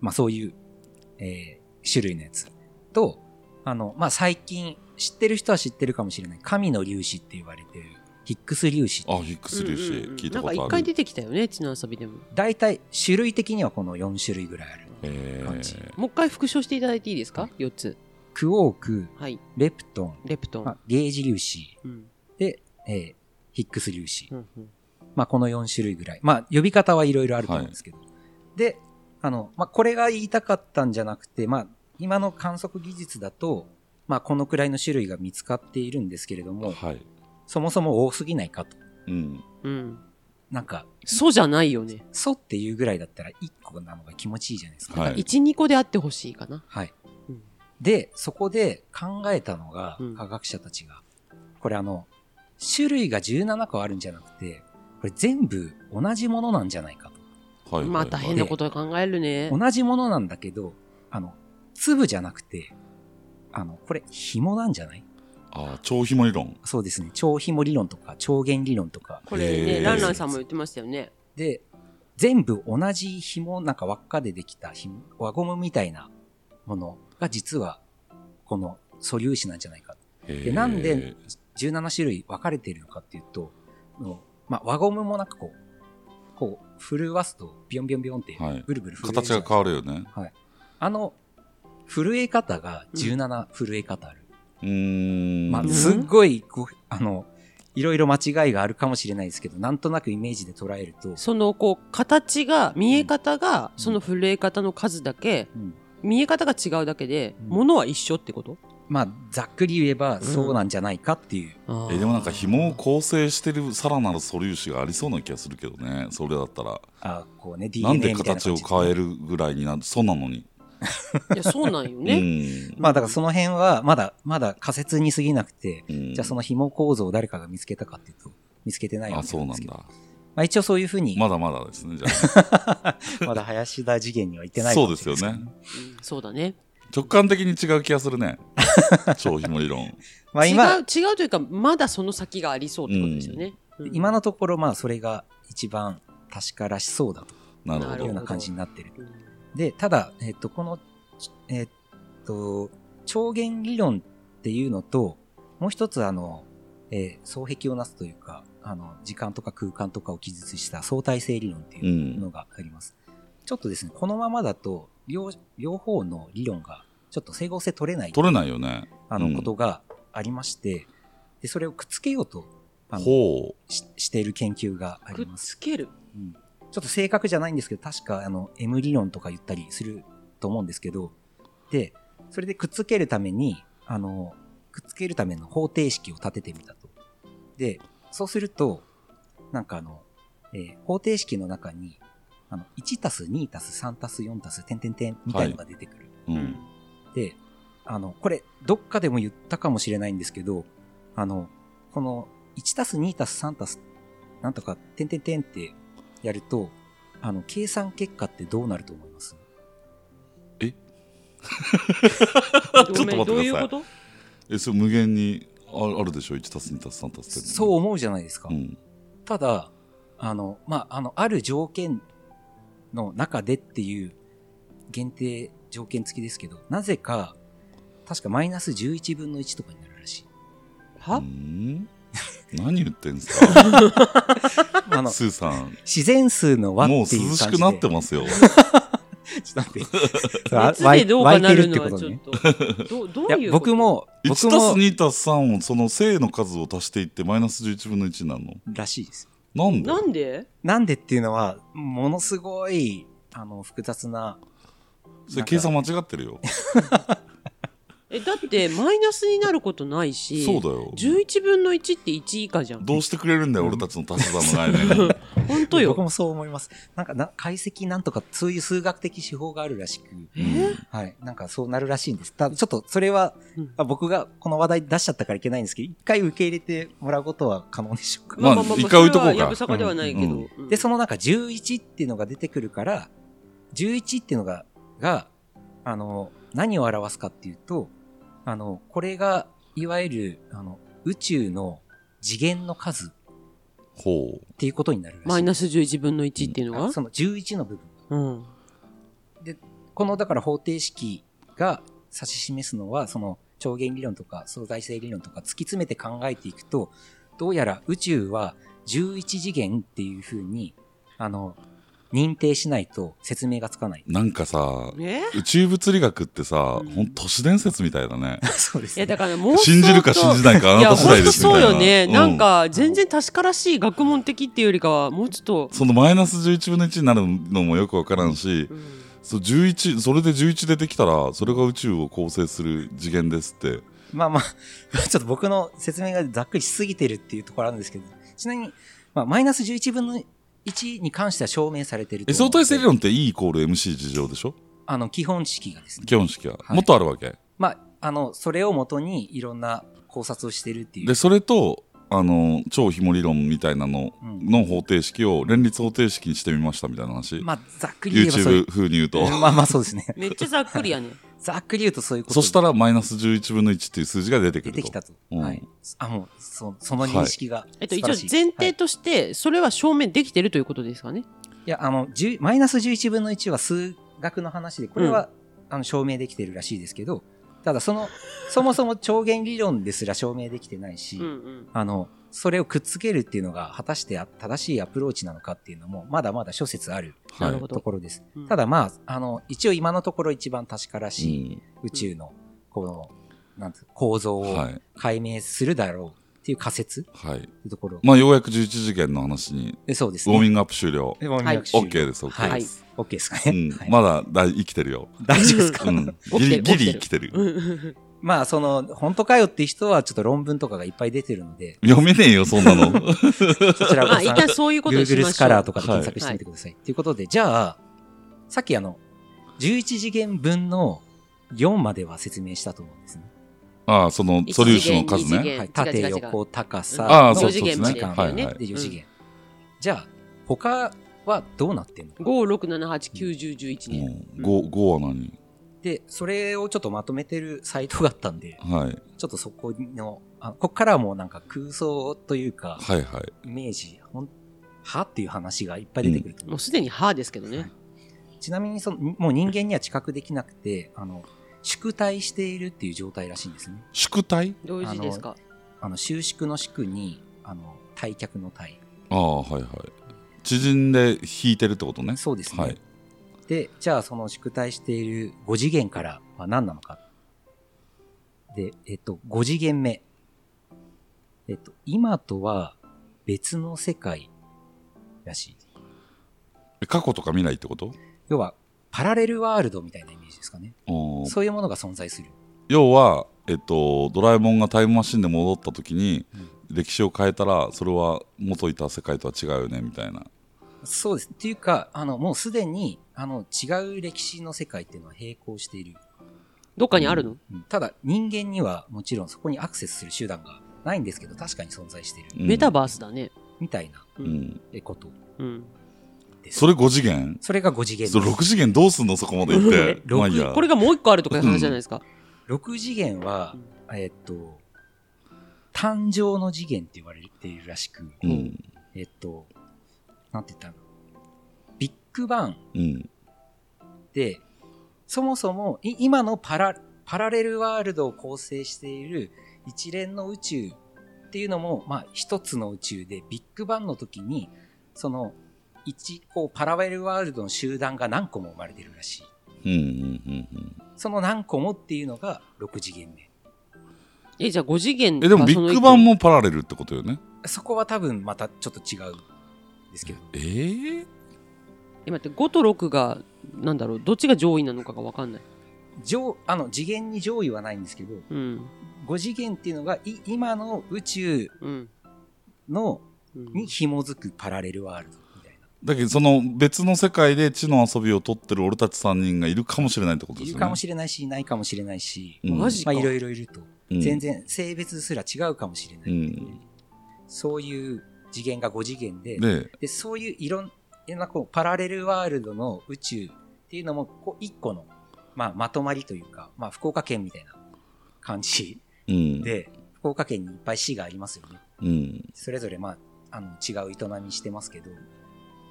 Speaker 2: まあ、そういう、えー種類のやつと、あの、まあ、最近、知ってる人は知ってるかもしれない、神の粒子って言われてる、ヒックス粒子。
Speaker 3: あ、ヒックス粒子
Speaker 1: うんうんうん
Speaker 3: 聞いたこ
Speaker 1: なん
Speaker 3: と
Speaker 1: か一
Speaker 3: あ
Speaker 1: 回
Speaker 3: る。
Speaker 1: 出てきたよね、血の遊びでも。
Speaker 2: 大体、種類的にはこの4種類ぐらいある。
Speaker 3: え
Speaker 2: 感じ
Speaker 3: ー
Speaker 1: もう一回復唱していただいていいですか ?4 つ。
Speaker 2: クオーク、
Speaker 1: はい。
Speaker 2: レプトン、
Speaker 1: レプトン。
Speaker 2: まあ、ゲージ粒子、
Speaker 1: うん。
Speaker 2: で、えーヒックス粒子
Speaker 1: う。んうん
Speaker 2: まあ、この4種類ぐらい。まあ、呼び方はいろいろあると思うんですけど。で、あの、まあ、これが言いたかったんじゃなくて、まあ、今の観測技術だと、まあ、このくらいの種類が見つかっているんですけれども、
Speaker 3: はい。
Speaker 2: そもそも多すぎないかと。
Speaker 3: うん。
Speaker 1: うん。
Speaker 2: なんか、
Speaker 1: そうじゃないよね。
Speaker 2: ソっていうぐらいだったら1個なのが気持ちいいじゃないですか。
Speaker 3: はい
Speaker 1: 1、2個であってほしいかな。
Speaker 2: はい
Speaker 1: うん。
Speaker 2: で、そこで考えたのが
Speaker 1: うん、
Speaker 2: 科学者たちが、これあの、種類が17個あるんじゃなくて、これ全部同じものなんじゃないか
Speaker 3: はいはいはい。
Speaker 1: まあ大変なことを考えるね
Speaker 2: と。。同じものなんだけど、あの、粒じゃなくて、あの、これ紐なんじゃない
Speaker 3: あ、超ひも理論。
Speaker 2: そうですね。超紐理論とか、超弦理論とか。
Speaker 1: これ
Speaker 3: へ
Speaker 1: ね、
Speaker 3: ー
Speaker 1: ランランさんも言ってましたよね。
Speaker 2: で、全部同じ紐、なんか輪っかでできた紐、輪ゴムみたいなものが実は、この素粒子なんじゃないか。
Speaker 3: で
Speaker 2: でなんで17種類分かれているのかっていうと、もうまあ、輪ゴムもなんかこう、こう、震わすと、ビョンビョンビョンって
Speaker 3: はい、
Speaker 2: ブルブル震える
Speaker 3: 形
Speaker 2: じゃん
Speaker 3: が変わるよね。
Speaker 2: あの、震え方が17震え方ある。
Speaker 3: うーん。
Speaker 2: まあ、
Speaker 1: ん
Speaker 2: すっごい、こうあの、いろいろ間違いがあるかもしれないですけど、なんとなくイメージで捉えると、
Speaker 1: そのこう、形が、見え方が、
Speaker 2: うん
Speaker 1: その震え方の数だけ、
Speaker 2: うん
Speaker 1: 見え方が違うだけで、
Speaker 2: うん
Speaker 1: ものは一緒ってこと
Speaker 2: まあ、ざっくり言えばそうなんじゃないかっていう。
Speaker 3: えでもなんか紐を構成してるさらなる素粒子がありそうな気がするけどねそれだったら
Speaker 2: あこうね、
Speaker 3: なん
Speaker 2: DNA
Speaker 3: で
Speaker 2: みたいな
Speaker 3: 形
Speaker 2: 感
Speaker 3: を
Speaker 2: じで
Speaker 3: 変えるぐらいになそうなのに
Speaker 1: いや、そうなんよね。
Speaker 2: まあ、だからその辺は、まだ、まだ仮説に過ぎなくて、
Speaker 3: うん、うん
Speaker 2: じゃあその紐構造を誰かが見つけたかっていうと、見つけてないわ
Speaker 3: あ
Speaker 2: け
Speaker 3: そ
Speaker 2: な
Speaker 3: うん
Speaker 2: で
Speaker 3: なん
Speaker 2: すけど。
Speaker 3: だ
Speaker 2: まあ一応そういうふうに、
Speaker 3: まだまだですねじゃ
Speaker 2: まだ林田次元には行って
Speaker 3: あ
Speaker 2: ないか
Speaker 3: そう
Speaker 2: も
Speaker 3: で
Speaker 2: し
Speaker 3: す
Speaker 2: れ
Speaker 3: よ
Speaker 2: ない
Speaker 3: ね
Speaker 2: から。
Speaker 1: うんそうだね。
Speaker 3: 直感的に違う気がす るね超ひも理論
Speaker 2: まあ
Speaker 1: 違
Speaker 2: 今、
Speaker 1: う、違うというか、まだその先がありそうってことですよね。うん
Speaker 2: 今のところまあそれが一番確からしそうだと
Speaker 3: なる
Speaker 1: な
Speaker 3: ほ
Speaker 1: る
Speaker 2: いう
Speaker 1: ほ
Speaker 2: よう
Speaker 3: ど
Speaker 1: ど
Speaker 2: な感じになってる。
Speaker 1: うん
Speaker 2: で、ただ、えっと、この、えっと、超弦理論っていうのと、もう一つあの、えー双璧をなすというか、あの、時間とか空間とかを記述した相対性理論って
Speaker 3: う
Speaker 2: いうんのがあります。ちょっとですね、このままだと、両、両方の理論が、ちょっと整合性取れない、
Speaker 3: 取れないよね
Speaker 2: あ
Speaker 3: う
Speaker 2: の、
Speaker 3: ん
Speaker 2: ことがありまして、で、それをくっつけようと、あの、
Speaker 3: ほう
Speaker 2: ししている研究があ
Speaker 1: く
Speaker 2: り
Speaker 1: っ
Speaker 2: ます。
Speaker 1: つける。
Speaker 2: ちょっと正確じゃないんですけど、確かあの M 理論とか言ったりすると思うんですけど、で、それでくっつけるために、あの、くっつけるための方程式を立ててみたと。で、そうすると、なんかあの、えー方程式の中に、あの、1たす2たす3たす4たす点点点みたいのが出てくる。
Speaker 3: うん
Speaker 2: で、あの、これ、どっかでも言ったかもしれないんですけど、あの、この、1たす2たす3たす、なんとか、点点点ってやると、あの、計算結果ってどうなると思います
Speaker 1: ちょ
Speaker 3: ちょっと待ってください
Speaker 1: どういうこと
Speaker 3: えそれ無限にああるでしょ1たす2たす3たす
Speaker 2: そう
Speaker 3: う
Speaker 2: 思うじゃないですか。
Speaker 3: うん
Speaker 2: ただ、あの、まあ、あの、ある条件の中でっていう限定条件付きですけど、なぜか、確かマイナス11分の1とかになるらしい。
Speaker 3: う
Speaker 1: は
Speaker 3: ん何言ってんす か
Speaker 2: あの、
Speaker 3: スーさん
Speaker 2: 自然数の和って
Speaker 3: も
Speaker 2: い
Speaker 3: う
Speaker 2: う
Speaker 3: 涼
Speaker 2: 感じで。
Speaker 3: しくなってますよ
Speaker 2: ちょっと待ってそれ あ
Speaker 1: 熱でどうかなるのは
Speaker 2: 湧い
Speaker 1: ち
Speaker 2: て
Speaker 1: ょ
Speaker 2: る
Speaker 1: っ
Speaker 2: っ
Speaker 1: て。
Speaker 2: こ
Speaker 1: ど
Speaker 2: と
Speaker 1: どう
Speaker 2: ね
Speaker 1: いう
Speaker 2: いや、
Speaker 1: こと
Speaker 2: 僕。も、
Speaker 3: 1
Speaker 2: 僕
Speaker 3: たす
Speaker 2: も、
Speaker 3: 2たす3をその正の数を足していってマイナス11分の1なの
Speaker 2: らしいです。
Speaker 3: なんで
Speaker 1: なんで
Speaker 2: なんでっていうのは、ものすごい、あの、複雑な、
Speaker 3: それ計算間違ってるよ
Speaker 1: え、だって、マイナスになることないし、
Speaker 3: そうだよ
Speaker 1: 11分の1って1以下じゃん。
Speaker 3: どうしてくれるんだよ俺たちの足し算の概念
Speaker 1: 本当
Speaker 2: 僕
Speaker 1: よ。
Speaker 2: もそう思います。なんかな、解析なんとか、そういう数学的手法があるらしく、
Speaker 3: うん
Speaker 2: はい。なんかそうなるらしいんです。ただ、ちょっとそれは、
Speaker 1: うん
Speaker 2: あ僕がこの話題出しちゃったからいけないんですけど、一回受け入れてもらうことは可能でしょうか。
Speaker 3: まあ一回置いと
Speaker 1: それ
Speaker 3: こうか
Speaker 1: はやぶさかではないけど。
Speaker 3: うん
Speaker 1: うん
Speaker 2: で、その中11っていうのが出てくるから、11っていうのが、が、あの、何を表すかっていうと、あの、これが、いわゆる、あの、宇宙の次元の数っ
Speaker 3: ほう
Speaker 2: ていうことになるらしい。
Speaker 1: マイナス11分の1っていうのは
Speaker 2: あその11の部分。
Speaker 1: うん。
Speaker 2: この、だから方程式が指し示すのは、その、超弦理論とか相対性理論とか突き詰めて考えていくと、どうやら宇宙は11次元っていうふうに、あの、認定しないと説明がつかない。
Speaker 3: なんかさ
Speaker 1: え
Speaker 3: 宇宙物理学ってさ、
Speaker 1: うん
Speaker 3: ほん都市伝説みたいだね
Speaker 2: そうです
Speaker 1: いや、
Speaker 2: ね。
Speaker 1: だからもう。
Speaker 3: 信じるか信じないかあ
Speaker 1: い
Speaker 3: な
Speaker 1: や、
Speaker 3: た次
Speaker 1: 本
Speaker 3: 第
Speaker 1: 当
Speaker 3: ですみ
Speaker 1: そ
Speaker 3: た
Speaker 1: う
Speaker 3: いな
Speaker 1: よね。なん
Speaker 3: う
Speaker 1: か、全然確からしい学問的っていうよりかは、もうちょっと。
Speaker 3: そのマイナス11分の1になるのもよくわからんし、
Speaker 1: うん
Speaker 3: そう11それで11出てきたらそれが宇宙を構成する次元ですって
Speaker 2: まあまあ、 ちょっと僕の説明がざっくりしすぎてるっていうところあるんですけど、ちなみに、まあ、マイナス11分の1に関しては証明されてると
Speaker 3: え
Speaker 2: 思うの
Speaker 3: 相
Speaker 2: で
Speaker 3: 対性理論って E イコール MC 事情でしょ
Speaker 2: あの、基本式がですね。
Speaker 3: 基本式は、
Speaker 2: はい
Speaker 3: もっとあるわけ
Speaker 2: まあ、あの、それをもとにいろんな考察をしてるっていう。
Speaker 3: でそれとあの超ひも理論みたいなの
Speaker 2: うん
Speaker 3: の方程式を連立方程式にしてみましたみたいな話、
Speaker 2: まあ、ざっくり言えばそういう
Speaker 3: YouTube 風に言うと、
Speaker 2: まあまあそうですね。
Speaker 1: めっちゃざっくりやね。
Speaker 2: ざっくり言うとそういうこと
Speaker 3: そした
Speaker 2: ら
Speaker 3: らマイナス11分の1っていう数字が出て
Speaker 2: 出
Speaker 3: くる
Speaker 2: て
Speaker 3: と
Speaker 2: きたと。
Speaker 3: うん
Speaker 2: はい。あ、もう、そその認識が
Speaker 1: えっ
Speaker 2: 素
Speaker 1: と、
Speaker 2: 晴
Speaker 1: 一応
Speaker 2: らしい。
Speaker 1: 前
Speaker 2: は
Speaker 1: 提
Speaker 2: い
Speaker 1: として、それは証明できてるということですかね。
Speaker 2: いや、あの、10マイナス11分の1は数学の話で、これは、あの証明できてるらしいですけど、ただその、 そもそも超弦理論ですら証明できてないし、
Speaker 1: うんうん。
Speaker 2: あの、それをくっつけるっていうのが果たしてあ正しいアプローチなのかっていうのも、まだまだ諸説ある
Speaker 3: はい
Speaker 1: なるほど
Speaker 2: ところです。
Speaker 1: うん
Speaker 2: ただまあ、あの、一応今のところ一番確から
Speaker 3: う
Speaker 2: しい
Speaker 3: ん
Speaker 2: 宇宙の、この、なんていう構造
Speaker 3: は
Speaker 2: を
Speaker 3: い
Speaker 2: 解明するだろうっていう仮説っ
Speaker 3: はい
Speaker 2: てところ。
Speaker 3: まあようやく11次元の話に
Speaker 2: でそうです
Speaker 3: ウォーミ
Speaker 2: ね。
Speaker 3: ングアップ終了
Speaker 2: ウォーミングアップ終了
Speaker 3: OK です
Speaker 2: は
Speaker 3: OK
Speaker 2: い
Speaker 3: です、
Speaker 2: オッケーですかね。
Speaker 3: うん
Speaker 2: はい
Speaker 3: まだだ生きてるよ、
Speaker 2: 大丈夫ですか
Speaker 3: うん、
Speaker 1: 起
Speaker 3: ギ
Speaker 1: きて
Speaker 3: リ
Speaker 1: る
Speaker 3: ギリ
Speaker 1: 起き
Speaker 3: 生きてる、
Speaker 1: うんうん
Speaker 2: まあその、本当かよって人はちょっと論文とかがいっぱい出てるの で
Speaker 3: 読めねえよそんなの
Speaker 2: そちらをご
Speaker 1: まあ、
Speaker 2: 参
Speaker 1: 一
Speaker 2: 考
Speaker 1: 旦そういうことにしましょ
Speaker 2: Google
Speaker 1: う。
Speaker 2: スカラーとかで検索してみてください。と、い、うことで、じゃあ、さっきあの、11次元分の4までは説明したと思うんですね。
Speaker 3: ああそのソリューションの数
Speaker 1: 一次元二次元
Speaker 3: ね
Speaker 2: はい、
Speaker 1: 違う
Speaker 2: 縦、
Speaker 1: 違う違う
Speaker 2: 横、高さ
Speaker 3: ああ
Speaker 2: の
Speaker 3: そう
Speaker 1: 4
Speaker 3: そ
Speaker 1: 次
Speaker 3: うです
Speaker 1: 元
Speaker 3: ね
Speaker 1: まで
Speaker 2: 時間
Speaker 1: だよね。
Speaker 3: はいはい
Speaker 2: で4次元。じゃあ、他はどうなってんの
Speaker 1: 5、6、7、8、9、10、11ね。
Speaker 3: うんごごは何
Speaker 2: で、それをちょっとまとめてるサイトがあったんで、
Speaker 3: はい
Speaker 2: ちょっとそこの、あこっからはもうなんか空想というか、
Speaker 3: はいはい
Speaker 2: イメージ、ほんはっていう話がいっぱい出てくると思
Speaker 1: も
Speaker 2: う
Speaker 1: うすでに歯ですけど
Speaker 2: はい
Speaker 1: ね。
Speaker 2: ちなみにその、もう人間には知覚できなくて、あの、宿題しているっていう状態らしいんですね。
Speaker 3: 宿題
Speaker 1: どういう字ですか
Speaker 2: あの、収縮の宿に、あの、退却の退。
Speaker 3: ああはいはい縮んで引いてるってことね
Speaker 2: そうですね。
Speaker 3: はい
Speaker 2: で、じゃあその宿題している5次元からは何なのか。で、えっと、5次元目。えっと、今とは別の世界らしい。
Speaker 3: え過去とか未来ってこと
Speaker 2: 要は、パラレルワールドみたいなイメージですかね。
Speaker 3: あー
Speaker 2: そういうものが存在する。
Speaker 3: 要は、えっと、ドラえもんがタイムマシンで戻った時に、歴史を変えたらそれは元いた世界とは違うよねみたいな
Speaker 2: そうです。っていうか、あの、もうすでに、あの、違う歴史の世界っていうのは並行している。
Speaker 1: どっかにあるの
Speaker 2: うんただ、人間にはもちろんそこにアクセスする手段がないんですけど、確かに存在している。
Speaker 3: うん
Speaker 1: メタバースだね。
Speaker 2: みたいな
Speaker 1: う。
Speaker 3: うんん、
Speaker 2: えこと
Speaker 1: うん。
Speaker 2: です。
Speaker 3: それ5次元
Speaker 2: それが5次元
Speaker 3: それ6次元どうすんのそこまで行って
Speaker 2: 六
Speaker 3: まあいいや
Speaker 1: これがもう一個あるとかいう話じゃないですか。
Speaker 2: 6次元は、えっと、誕生の次元って言われているらしく、
Speaker 3: うん
Speaker 2: えっと、なんて言ったのビッグバン
Speaker 3: うん
Speaker 2: で、そもそもい今のパラパラレルワールドを構成している一連の宇宙っていうのも、まあ、一つの宇宙でビッグバンの時にその一、こう、パラレルワールドの集団が何個も生まれてるらしい。
Speaker 3: うんうんうんうん。
Speaker 2: その何個もっていうのが6次元目。
Speaker 1: え、じゃあ5次元
Speaker 3: え、でもビッグバンもパラレルってことよね。
Speaker 2: そこは多分またちょっと違うんですけど。
Speaker 3: えー、
Speaker 1: え、待って、5と6が、なんだろう、どっちが上位なのかがわかんない。
Speaker 2: 上、あの、次元に上位はないんですけど、
Speaker 1: うん。
Speaker 2: 5次元っていうのが、い今の宇宙
Speaker 1: うん。
Speaker 2: の、
Speaker 1: うん
Speaker 2: に紐づくパラレルワールドみたいな。
Speaker 3: だけどその別の世界で地の遊びを取ってる俺たち3人がいるかもしれないってことで
Speaker 2: い
Speaker 3: すよ
Speaker 2: る
Speaker 3: ね。
Speaker 2: かもしれないし、いないかもしれないし、
Speaker 3: うん
Speaker 1: マジ
Speaker 2: ま
Speaker 1: か。
Speaker 2: あいろいろいると。
Speaker 3: うん
Speaker 2: 全然性別すら違うかもしれない、
Speaker 3: うん
Speaker 2: そういう次元が5次元で、
Speaker 3: で、
Speaker 2: でそういういろんいろんなこうパラレルワールドの宇宙っていうのもこう一個の、まあ、まとまりというか、まあ、福岡県みたいな感じ
Speaker 3: うん。
Speaker 2: で、福岡県にいっぱい市がありますよね
Speaker 3: うん。
Speaker 2: それぞれ、まあ、あの違う営みしてますけど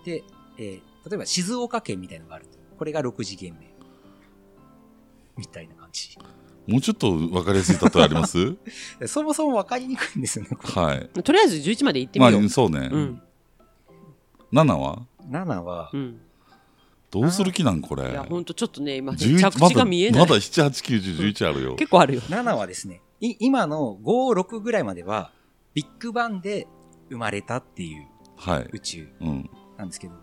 Speaker 2: で、えー例えば静岡県みたいなのがあるとこれが6次元目みたいな感じ
Speaker 3: もうちょっと分かりやすい例えあります
Speaker 2: でそもそも分かりにくいんですよねこれ
Speaker 3: はい。
Speaker 1: とりあえず11まで行ってみ
Speaker 3: ま
Speaker 1: よう。
Speaker 3: あ、そうね。
Speaker 1: うん。
Speaker 3: 7は
Speaker 2: 7は
Speaker 1: うん。
Speaker 3: どうする気なんこれ。
Speaker 1: いや、ほんとちょっとね、今、
Speaker 3: 11
Speaker 1: 着地が見えな
Speaker 3: ま
Speaker 1: い
Speaker 3: だ。まだ7、8、9、10、11あるよ。
Speaker 1: 結構あるよ。
Speaker 2: 7はですね、い今の5、6ぐらいまでは、ビッグバンで生まれたっていう
Speaker 3: はい。
Speaker 2: 宇宙
Speaker 3: うん。
Speaker 2: なんですけど、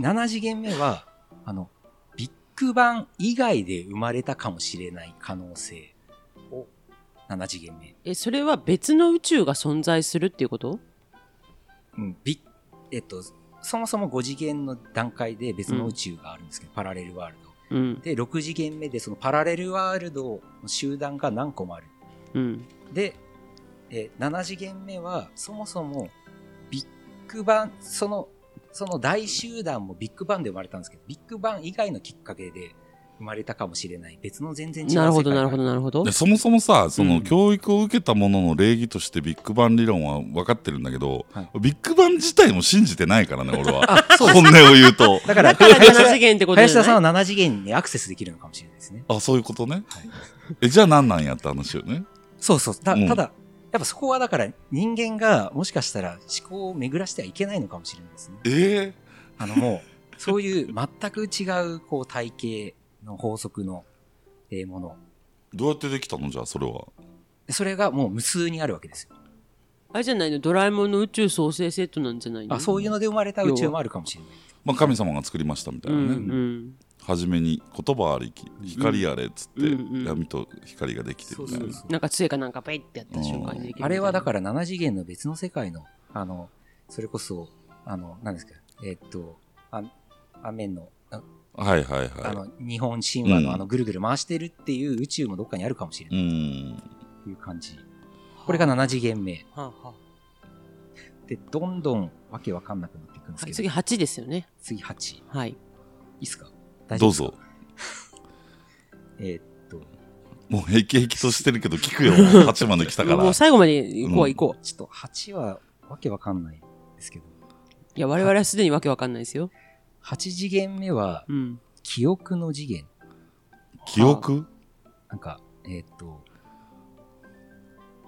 Speaker 2: 7次元目は、あの、ビッグバン以外で生まれたかもしれない可能性を、7次元目。
Speaker 1: え、それは別の宇宙が存在するっていうこと
Speaker 2: うん、ビッえっと、そもそも5次元の段階で別の宇宙があるんですけど、パラレルワールド。
Speaker 1: うん。
Speaker 2: で、6次元目でそのパラレルワールドの集団が何個もある。
Speaker 1: うん。
Speaker 2: で、えー7次元目はそもそもビッグバンそのその大集団もビッグバンで生まれたんですけどビッグバン以外のきっかけで生まれたかもしれない別の全然違う世界
Speaker 1: なるほど、なるほど、なるほど
Speaker 3: で。そもそもさ、そうの
Speaker 1: ん
Speaker 3: 教育を受けたものの礼儀としてビッグバン理論は分かってるんだけど、
Speaker 2: はい
Speaker 3: ビッグバン自体も信じてないからね、俺は。
Speaker 2: あそう
Speaker 3: 本音を言うと。
Speaker 2: だから
Speaker 1: だから
Speaker 2: 林田
Speaker 1: 7次元ってこと
Speaker 2: 林
Speaker 1: じゃ
Speaker 2: 田さ
Speaker 1: ない
Speaker 2: んは7次元にアクセスできるのかもしれないですね
Speaker 3: あ、そういうことね。え、じゃあ何なんやって話よね。
Speaker 2: そうそうだ
Speaker 3: うん
Speaker 2: ただやっぱそこはだから人間がもしかしたら思考を巡らしてはいけないのかもしれないですね
Speaker 3: え
Speaker 2: あのもう、そういう全く違うこう体系の法則の、えーもの。
Speaker 3: ー、どうやってできたのじゃあ、それは。
Speaker 2: でそれがもう無数にあるわけですよ。
Speaker 1: あれじゃないのドラえもんの宇宙創生セットなんじゃないの
Speaker 2: あそういうので生まれた宇宙もあるかもしれない。
Speaker 3: まあ、神様が作りましたみたいな
Speaker 1: うん
Speaker 3: ね。
Speaker 1: うん。
Speaker 3: 初めに言葉ありき光あれっつって、
Speaker 1: うんうん
Speaker 3: 闇と光ができてるみたいな
Speaker 1: なんか杖かなんかペイってやった瞬間にできるみたいな。。
Speaker 2: あれはだからら7次元の別の世界の、あの、それこそ、あの、何ですか、えーっと、あ雨の、あ
Speaker 3: はいはい
Speaker 2: あ
Speaker 3: は
Speaker 2: の、日本神話
Speaker 3: うん
Speaker 2: のあの、ぐるぐる回してるっていう宇宙もどっかにあるかもしれ
Speaker 3: い
Speaker 2: な
Speaker 3: う
Speaker 2: い
Speaker 3: ん
Speaker 2: っていう感じ。これが7次元目。
Speaker 1: はあはあ
Speaker 2: で、どんどんわけわかんなくなっていくんです
Speaker 1: は
Speaker 2: け
Speaker 1: い
Speaker 2: ど、
Speaker 1: 次8ですよね。
Speaker 2: 次8。い
Speaker 1: はい。
Speaker 2: いっすか大丈
Speaker 3: ど
Speaker 2: 夫
Speaker 3: う
Speaker 2: ですか
Speaker 3: ぞ
Speaker 2: えーっと、
Speaker 3: もうへきへきとしてるけど聞 くよ8まで来たから
Speaker 1: もう最後まで行こう
Speaker 3: うん
Speaker 1: 行こう。
Speaker 2: ちょっと8はわけわかんないですけど、
Speaker 1: いや、我々はすでにわけわかんないですよ。
Speaker 2: 8次元目は
Speaker 1: うん。
Speaker 2: 記憶の次元。
Speaker 3: 記 憶
Speaker 2: なんか、えーっ、と、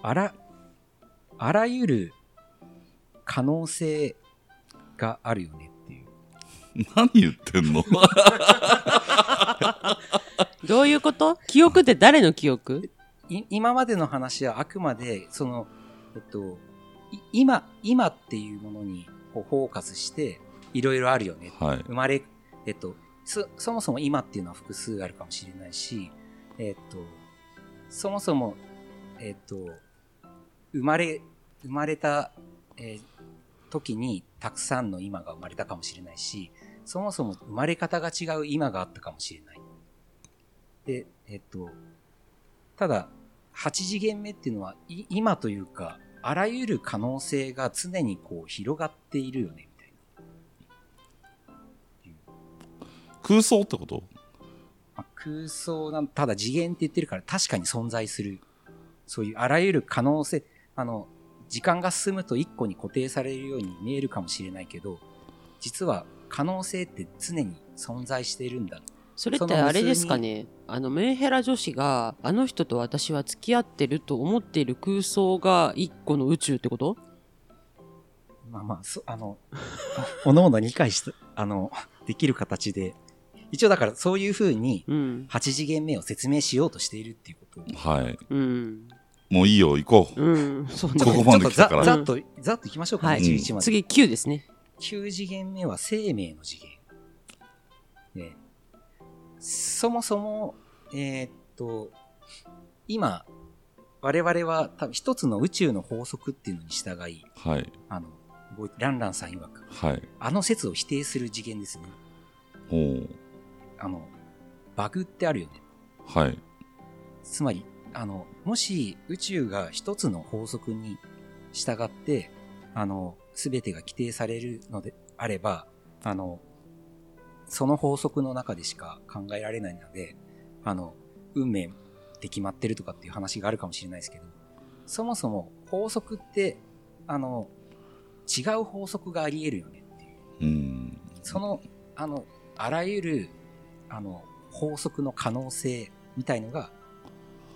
Speaker 2: あら、あらゆる可能性があるよねっていう。
Speaker 3: 何言ってんの
Speaker 1: どういうこと記憶って誰の記憶
Speaker 2: い今までの話はあくまで、その、えっと、い今、今っていうものにこうフォーカスして、いろいろあるよね。
Speaker 3: はい
Speaker 2: 生まれ、えっと、そ、そもそも今っていうのは複数あるかもしれないし、えっと、そもそも、えっと、生まれ、生まれた、えー時にたくさんの今が生まれたかもしれないし、そもそも生まれ方が違う今があったかもしれない。で、えっと、ただ、8次元目っていうのは、い今というか、あらゆる可能性が常にこう広がっているよね、みたいな。
Speaker 3: 空想ってこと
Speaker 2: まあ、空想なん、ただ次元って言ってるから確かに存在する。そういうあらゆる可能性、あの、時間が進むと一個に固定されるように見えるかもしれないけど、実は可能性って常に存在しているんだ。
Speaker 1: それってあれですかねあの、メンヘラ女子が、あの人と私は付き合ってると思っている空想が一個の宇宙ってこと
Speaker 2: まあまあ、そあの、 おのおの理解し、あの、できる形で、一応だからそういうふうに
Speaker 1: うん。
Speaker 2: 8次元目を説明しようとしているっていうことを
Speaker 3: はい。
Speaker 1: うん。
Speaker 3: もういいよ、行こう。
Speaker 1: うん。そう
Speaker 3: ここまで来たから
Speaker 2: ちょっとざざっと、ざっといきましょうかね、
Speaker 1: はい
Speaker 2: 11まで。
Speaker 1: 次、9ですね。
Speaker 2: 9次元目は生命の次元。ねそもそも、えーっと、今、我々は多分一つの宇宙の法則っていうのに従い、
Speaker 3: はい。
Speaker 2: あの、ぼランランさん曰く、
Speaker 3: はい。
Speaker 2: あの説を否定する次元ですね。
Speaker 3: おう
Speaker 2: あの、バグってあるよね。
Speaker 3: はい。
Speaker 2: つまり、あの、もし宇宙が一つの法則に従って、あの、すべてが規定されるのであれば、あの、その法則の中でしか考えられないので、あの、運命で決まってるとかっていう話があるかもしれないですけど、そもそも法則って、あの、違う法則があり得るよねっていう。
Speaker 3: うん。
Speaker 2: その、あの、あらゆる、あの、法則の可能性みたいのが、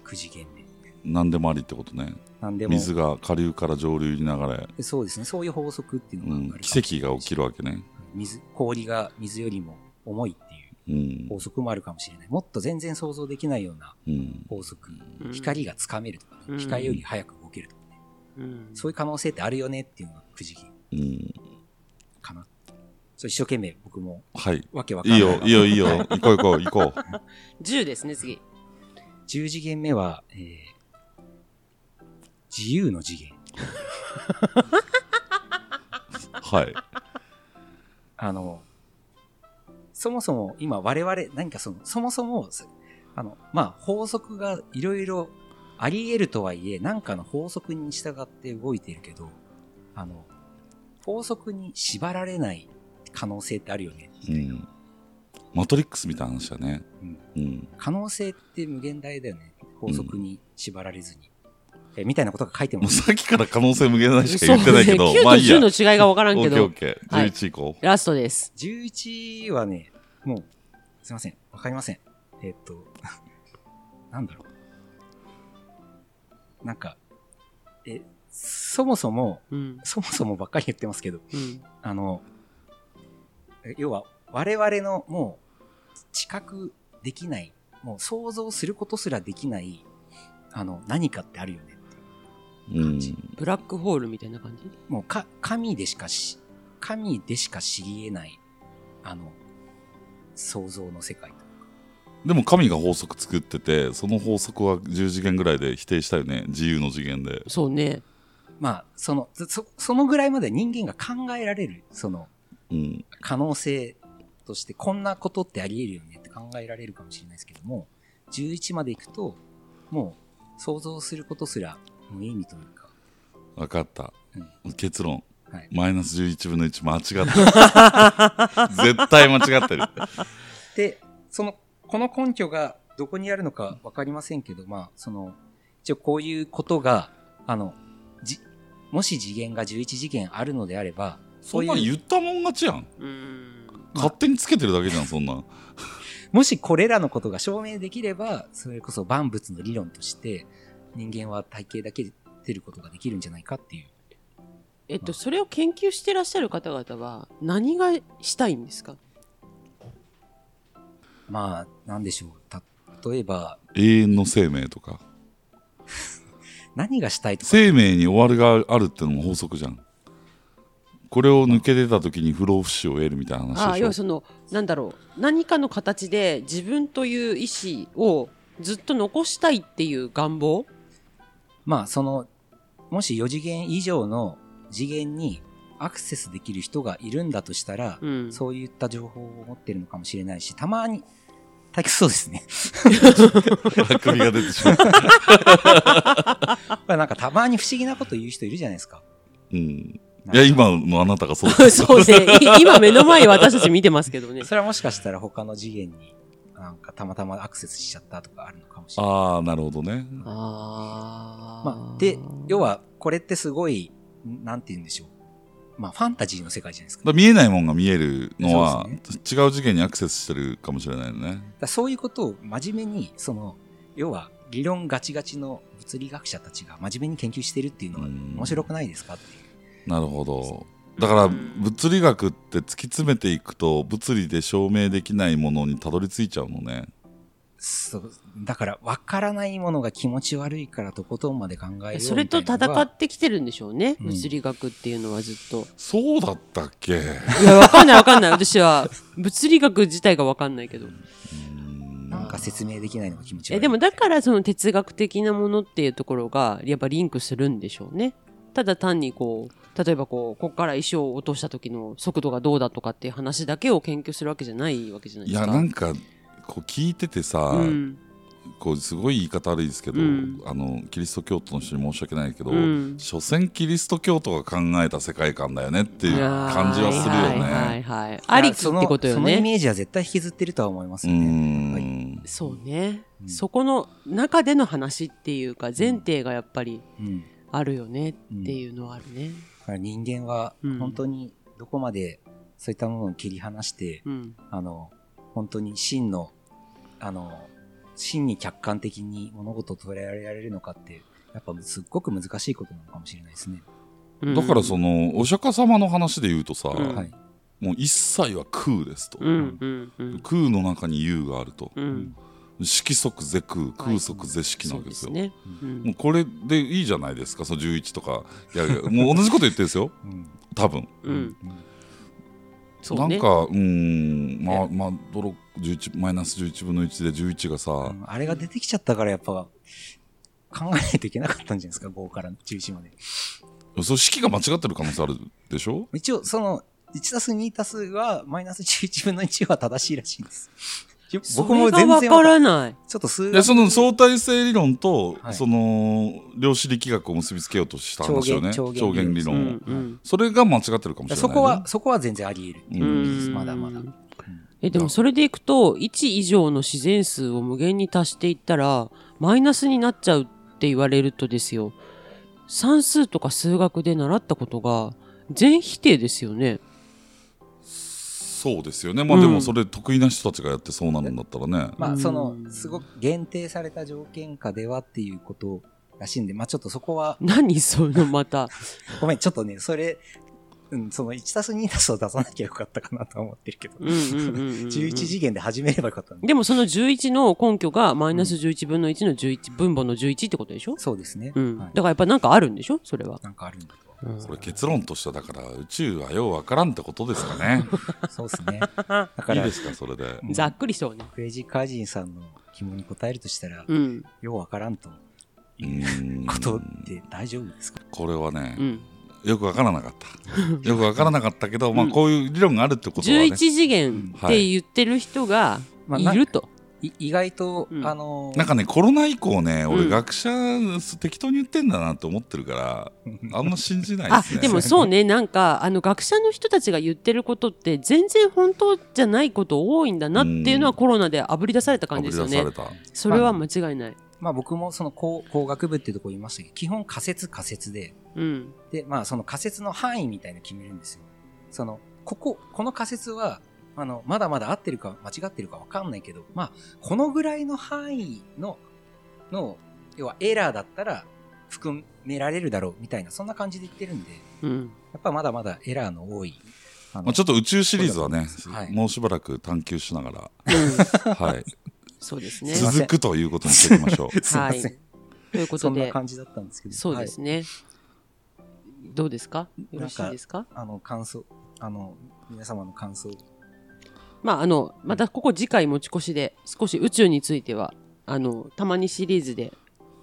Speaker 2: 9次元目。
Speaker 3: 何でもありってことね。
Speaker 2: なんでも、
Speaker 3: 水が下流から上流に流れ、
Speaker 2: そうですね、そういう法則っていう
Speaker 3: う
Speaker 2: のがある
Speaker 3: ん
Speaker 2: か、もしれない
Speaker 3: 奇跡が起きるわけね。
Speaker 2: 水、氷が水よりも重いっていう
Speaker 3: うん。
Speaker 2: 法則もあるかもしれない。もっと全然想像できないような
Speaker 3: うん。
Speaker 2: 法則。
Speaker 1: うん
Speaker 2: 光がつかめるとか、
Speaker 1: うん
Speaker 2: 光より早く動けるとかね。
Speaker 1: うん。
Speaker 2: そういう可能性ってあるよねっていうのが9次元
Speaker 3: うん。
Speaker 2: かな。そう一生懸命僕も
Speaker 3: はい。
Speaker 2: わけわかん
Speaker 3: い
Speaker 2: ないい。
Speaker 3: よ、いいよ、いいよ。行こう、行こう、行こう。
Speaker 1: 10ですね、次。
Speaker 2: 10次元目は、えー自由の次元。
Speaker 3: はい。
Speaker 2: あの、そもそも今我々、何かその、そもそも、すあの、まあ、法則がいろいろあり得るとはいえ、何かの法則に従って動いているけど、あの、法則に縛られない可能性ってあるよね。
Speaker 3: うん。マトリックスみたいな話だね。うん。
Speaker 2: 可能性って無限大だよね。法則に縛られずに。え、みたいなことが書いて
Speaker 3: も
Speaker 2: ま
Speaker 3: う
Speaker 2: す。
Speaker 3: さっきから可能性無限大しか言ってないけど
Speaker 1: そうね、9
Speaker 3: まあいいや。
Speaker 1: と10の違いが分からん
Speaker 3: オ
Speaker 1: け
Speaker 3: ッケーオ
Speaker 1: ど
Speaker 3: ッ、ケー。
Speaker 1: はい
Speaker 3: 11以降。
Speaker 1: ラストです。
Speaker 2: 11はね、もう、すいません。わかりません。えっと、 なんだろう。なんか、え、そもそも、
Speaker 1: うん。
Speaker 2: そもそもばっかり言ってますけど、
Speaker 1: うん。
Speaker 2: あの、え要は、我々のもう、知覚できない、もう想像することすらできない、あの、何かってあるよね。
Speaker 3: うん。
Speaker 1: ブラックホールみたいな感じ
Speaker 2: もうか、神でしかし、神でしか知り得ない、あの、想像の世界。
Speaker 3: でも神が法則作ってて、その法則は10次元ぐらいで否定したよね。自由の次元で。
Speaker 1: そうね。
Speaker 2: まあ、その、そそ、そのぐらいまで人間が考えられる、その、
Speaker 3: うん。
Speaker 2: 可能性として、こんなことってあり得るよねって考えられるかもしれないですけども、11までいくと、もう、想像することすら無意味というか、
Speaker 3: わかった。結論。
Speaker 2: はい。
Speaker 3: マイナス11分の1間違ってる。絶対間違ってる。
Speaker 2: で、その、この根拠がどこにあるのかわかりませんけど、まあ、その、一応こういうことが、あの、じ、もし次元が11次元あるのであれば、
Speaker 3: そ
Speaker 2: そうんいう
Speaker 3: なん言ったもん勝ちやん。
Speaker 1: うん。
Speaker 3: 勝手につけてるだけじゃん、そんなん。
Speaker 2: もしこれらのことが証明できれば、それこそ万物の理論として、人間は体型だけで出ることができるんじゃないかっていう。
Speaker 1: えっと、それを研究してらっしゃる方々は、何がしたいんですか
Speaker 2: まあ、なんでしょう。例えば、
Speaker 3: 永遠の生命とか。
Speaker 2: 何がしたいとか、
Speaker 3: 生命に終わるがあるってのも法則じゃんこれを抜け出た時に不老不死を得るみたいな
Speaker 1: ああ、
Speaker 3: 話
Speaker 1: 要
Speaker 3: で
Speaker 1: は
Speaker 3: しょ
Speaker 1: その、なんだろう。何かの形で自分という意思をずっと残したいっていう願望
Speaker 2: まあ、その、もし4次元以上の次元にアクセスできる人がいるんだとしたら、
Speaker 1: うん。
Speaker 2: そういった情報を持ってるのかもしれないし、たまに、大そうですね。
Speaker 3: あくびが出てしまう、
Speaker 2: やっぱなんかたまに不思議なこと言う人いるじゃないですか。
Speaker 3: うん、いや今のあなたがそうです
Speaker 1: そうですね。い今目の前私たち見てますけどね。
Speaker 2: それはもしかしたら他の次元に、なんかたまたまアクセスしちゃったとかあるのかもしれない。
Speaker 3: ああなるほどね
Speaker 1: ああ。
Speaker 2: まあ、で、要、は、これってすごい、んなんて言うんでしょう。まあ、ファンタジーの世界じゃないですか。
Speaker 3: だ
Speaker 2: だか
Speaker 3: 見えないもんが見えるのは、
Speaker 2: そう
Speaker 3: 違う次元にアクセスしてるかもしれないよね
Speaker 2: らそういうことを真面目に、その、要は、理論ガチガチの物理学者たちが真面目に研究してるっていうのは
Speaker 3: うん
Speaker 2: 面白くないですかっていう。
Speaker 3: なるほどだから
Speaker 1: うん
Speaker 3: 物理学って突き詰めていくと物理で証明できないものにたどり着いちゃうのね
Speaker 2: そうだから分からないものが気持ち悪いからとことんまで考えようみたいなのが
Speaker 1: それと戦ってきてるんでしょうね、
Speaker 2: うん
Speaker 1: 物理学っていうのはずっと。
Speaker 3: そうだったっけう
Speaker 1: いや、わかんないわかんない。私は、物理学自体がわかんないけど。
Speaker 3: ん
Speaker 2: なんか説明できないのが気持ち悪い
Speaker 1: え、でもだからその哲学的なものっていうところが、やっぱリンクするんでしょうね。ただ単にこう、例えばこう、こっから石を落とした時の速度がどうだとかっていう話だけを研究するわけじゃないわけじゃない
Speaker 3: い
Speaker 1: ですか。
Speaker 3: やなんかこう聞いててさ、
Speaker 1: うん。
Speaker 3: こうすごい言い方悪いですけど、
Speaker 1: うん
Speaker 3: あのキリスト教徒の人に申し訳ないけど、
Speaker 1: うん
Speaker 3: 所詮キリスト教徒が考えた世界観だよねっていう
Speaker 1: いやー
Speaker 3: 感じはするよね。
Speaker 1: はいはいはい、はい。ありきってことよ
Speaker 2: そのそのイ
Speaker 1: ね。
Speaker 2: メージは絶対引きずってるとは思います
Speaker 3: う
Speaker 2: よね。
Speaker 3: ん、
Speaker 2: はい
Speaker 1: そうね、
Speaker 2: うん
Speaker 1: そこの中での話っていうか、前提がやっぱり
Speaker 2: うんだ
Speaker 1: あるよねっていうのはあるね。
Speaker 2: から人間は
Speaker 1: うん
Speaker 2: 本当にどこまでそういったものを切り離して、
Speaker 1: うん。
Speaker 2: あの、本当に真の、あの、真に客観的に物事を捉えられるのかって、やっぱすっごく難しいことなのかもしれないですね。
Speaker 1: うん
Speaker 3: だからそのお釈迦様の話で言うとさ、
Speaker 1: うん
Speaker 2: はい。
Speaker 3: もう一切は空ですと、
Speaker 1: うんうんうん
Speaker 3: 空の中に有があると、
Speaker 1: うん。
Speaker 3: 色即是空空即是色な
Speaker 1: そ
Speaker 3: わ
Speaker 1: う
Speaker 3: け
Speaker 1: で
Speaker 3: です
Speaker 1: す
Speaker 3: よ、
Speaker 1: ね。う。
Speaker 3: もうんこれでいいじゃないですかその11とかいやいやもう同じこと言ってるん ですよ
Speaker 2: うん。
Speaker 3: 多分
Speaker 1: うん。そう
Speaker 3: な
Speaker 1: ね
Speaker 3: ん。かうーんまあまあ泥11マイナス11分の1で11がさ、
Speaker 2: うんあれが出てきちゃったからやっぱ、考えないといけなかったんじゃないですか、5から11まで。
Speaker 3: その式が間違ってる可能性あるでしょ
Speaker 2: 一応、その、1たす2たすは、マイナス11分の1は正しいらしいんです。僕も
Speaker 1: それ
Speaker 2: 全
Speaker 1: がわ
Speaker 2: 然わ
Speaker 1: か
Speaker 2: かん
Speaker 1: らない。
Speaker 2: ちょっと数
Speaker 3: で
Speaker 2: 学
Speaker 3: その相対性理論と、
Speaker 2: はい
Speaker 3: その量子力学を結びつけようとした話よね
Speaker 2: 超弦超弦
Speaker 3: 超弦理
Speaker 2: う
Speaker 1: う
Speaker 3: 論を、
Speaker 1: んうん
Speaker 3: それが間違ってるかもしれない、ね、
Speaker 2: そこは、そこは全然あり
Speaker 3: う
Speaker 2: 得
Speaker 3: ん
Speaker 2: る。
Speaker 1: うん。
Speaker 2: まだまだ。
Speaker 1: え、でもそれでいくと、1以上の自然数を無限に足していったら、マイナスになっちゃうって言われるとですよ、算数とか数学で習ったことが、全否定ですよね。
Speaker 3: そうですよねまあで
Speaker 1: うん
Speaker 3: もそれ得意な人たちがやってそうなんだったらね、
Speaker 2: ま
Speaker 1: う
Speaker 2: あ、
Speaker 1: ん
Speaker 2: その、すごく限定された条件下ではっていうことらしいんで、まあちょっとそこは、
Speaker 1: 何そのまた。
Speaker 2: ごめん、ちょっとね、それ、うん、その1たす2たすを出さなきゃよかったかなとは思ってるけど、
Speaker 1: うんうんうんうんうん
Speaker 2: 11次元で始めればよかったんで。
Speaker 1: でもその11の根拠がマイナス11分の1の11分母の11ってことでしょ、
Speaker 2: そうですね。
Speaker 1: うん、
Speaker 2: はい
Speaker 1: だからやっぱなんかあるんでしょそれは。
Speaker 2: なんかあるんだと。
Speaker 3: これ結論としてはだから宇宙はようわからんってことですかね
Speaker 2: そうです ね。だか
Speaker 3: いい
Speaker 2: ら
Speaker 3: で、すかそれで
Speaker 2: うん
Speaker 1: ざっくりそうね。
Speaker 2: クレイジーカージンさんの疑問に答えるとしたら、
Speaker 1: うん。
Speaker 2: ようわからんと
Speaker 3: う
Speaker 2: いう
Speaker 3: ーん
Speaker 2: ことって大丈夫ですか
Speaker 3: これはね、
Speaker 1: うん。
Speaker 3: よくわからなかったよくわからなかったけど、まあこういう理論があるってことはね
Speaker 1: 11次元って言ってる人が
Speaker 2: まあ
Speaker 1: い
Speaker 2: な
Speaker 1: ると。
Speaker 2: い意外と、
Speaker 1: うん
Speaker 2: あのー
Speaker 3: なんかねコロナ以降ね俺
Speaker 1: うん
Speaker 3: 学者、適当に言ってんだなと思ってるからあんま信じない
Speaker 1: あ
Speaker 3: ですね
Speaker 1: でもそうねなんかあの学者の人たちが言ってることって全然本当じゃないこと多いんだなっていうのは
Speaker 3: うん
Speaker 1: コロナであぶり出された
Speaker 3: あ
Speaker 1: 感じ
Speaker 3: ぶ
Speaker 1: で
Speaker 3: り
Speaker 1: すよ
Speaker 3: 出さ
Speaker 1: ね
Speaker 3: れ。た、
Speaker 1: それは間違いない。
Speaker 2: まあ僕もその工工学部っていうところ言いましたけど、基本仮説仮説で、
Speaker 1: うん。
Speaker 2: で、まあその仮説の範囲みたいなの決めるんですよ。その、ここ、この仮説は、あの、まだまだ合ってるか間違ってるかわかんないけど、まあ、このぐらいの範囲の、の、要はエラーだったら含められるだろうみたいな、そんな感じで言ってるんで、
Speaker 1: うん。
Speaker 2: やっぱまだまだエラーの多い。あの
Speaker 3: まあ、ちょっと宇宙シリーズはね、
Speaker 2: はい
Speaker 3: もうしばらく探求しな
Speaker 1: う
Speaker 3: が
Speaker 1: ん
Speaker 3: ら、はい、
Speaker 1: そうです ね。
Speaker 2: すいません
Speaker 3: 続くということにしていきましょう
Speaker 2: すいま
Speaker 1: は
Speaker 2: せん。
Speaker 1: い。というこ
Speaker 2: そ
Speaker 1: と
Speaker 2: んな
Speaker 1: で、
Speaker 2: 感じだったんですけど。
Speaker 1: そうですね。どうですかよろしいですか
Speaker 2: はいあの、感想、あの、皆様の感想。
Speaker 1: まあ、あの、またここ次回持ち越しで、少し宇宙については、あの、たまにシリーズで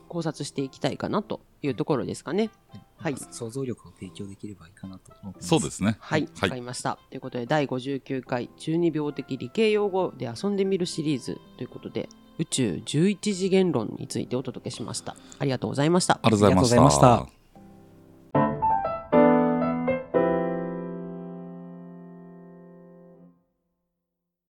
Speaker 1: 考察していきたいかなというところですかね。はい
Speaker 2: 想像力を提供できればいいかなと思ってます。
Speaker 3: そうですね
Speaker 1: はい、わ、かりました。ということで、第59回、12秒的理系用語で遊んでみるシリーズということで、宇宙11次元論についてお届けしました。ありがとうございました。
Speaker 3: ありがとうございま
Speaker 2: ありがとうございま
Speaker 3: した
Speaker 2: し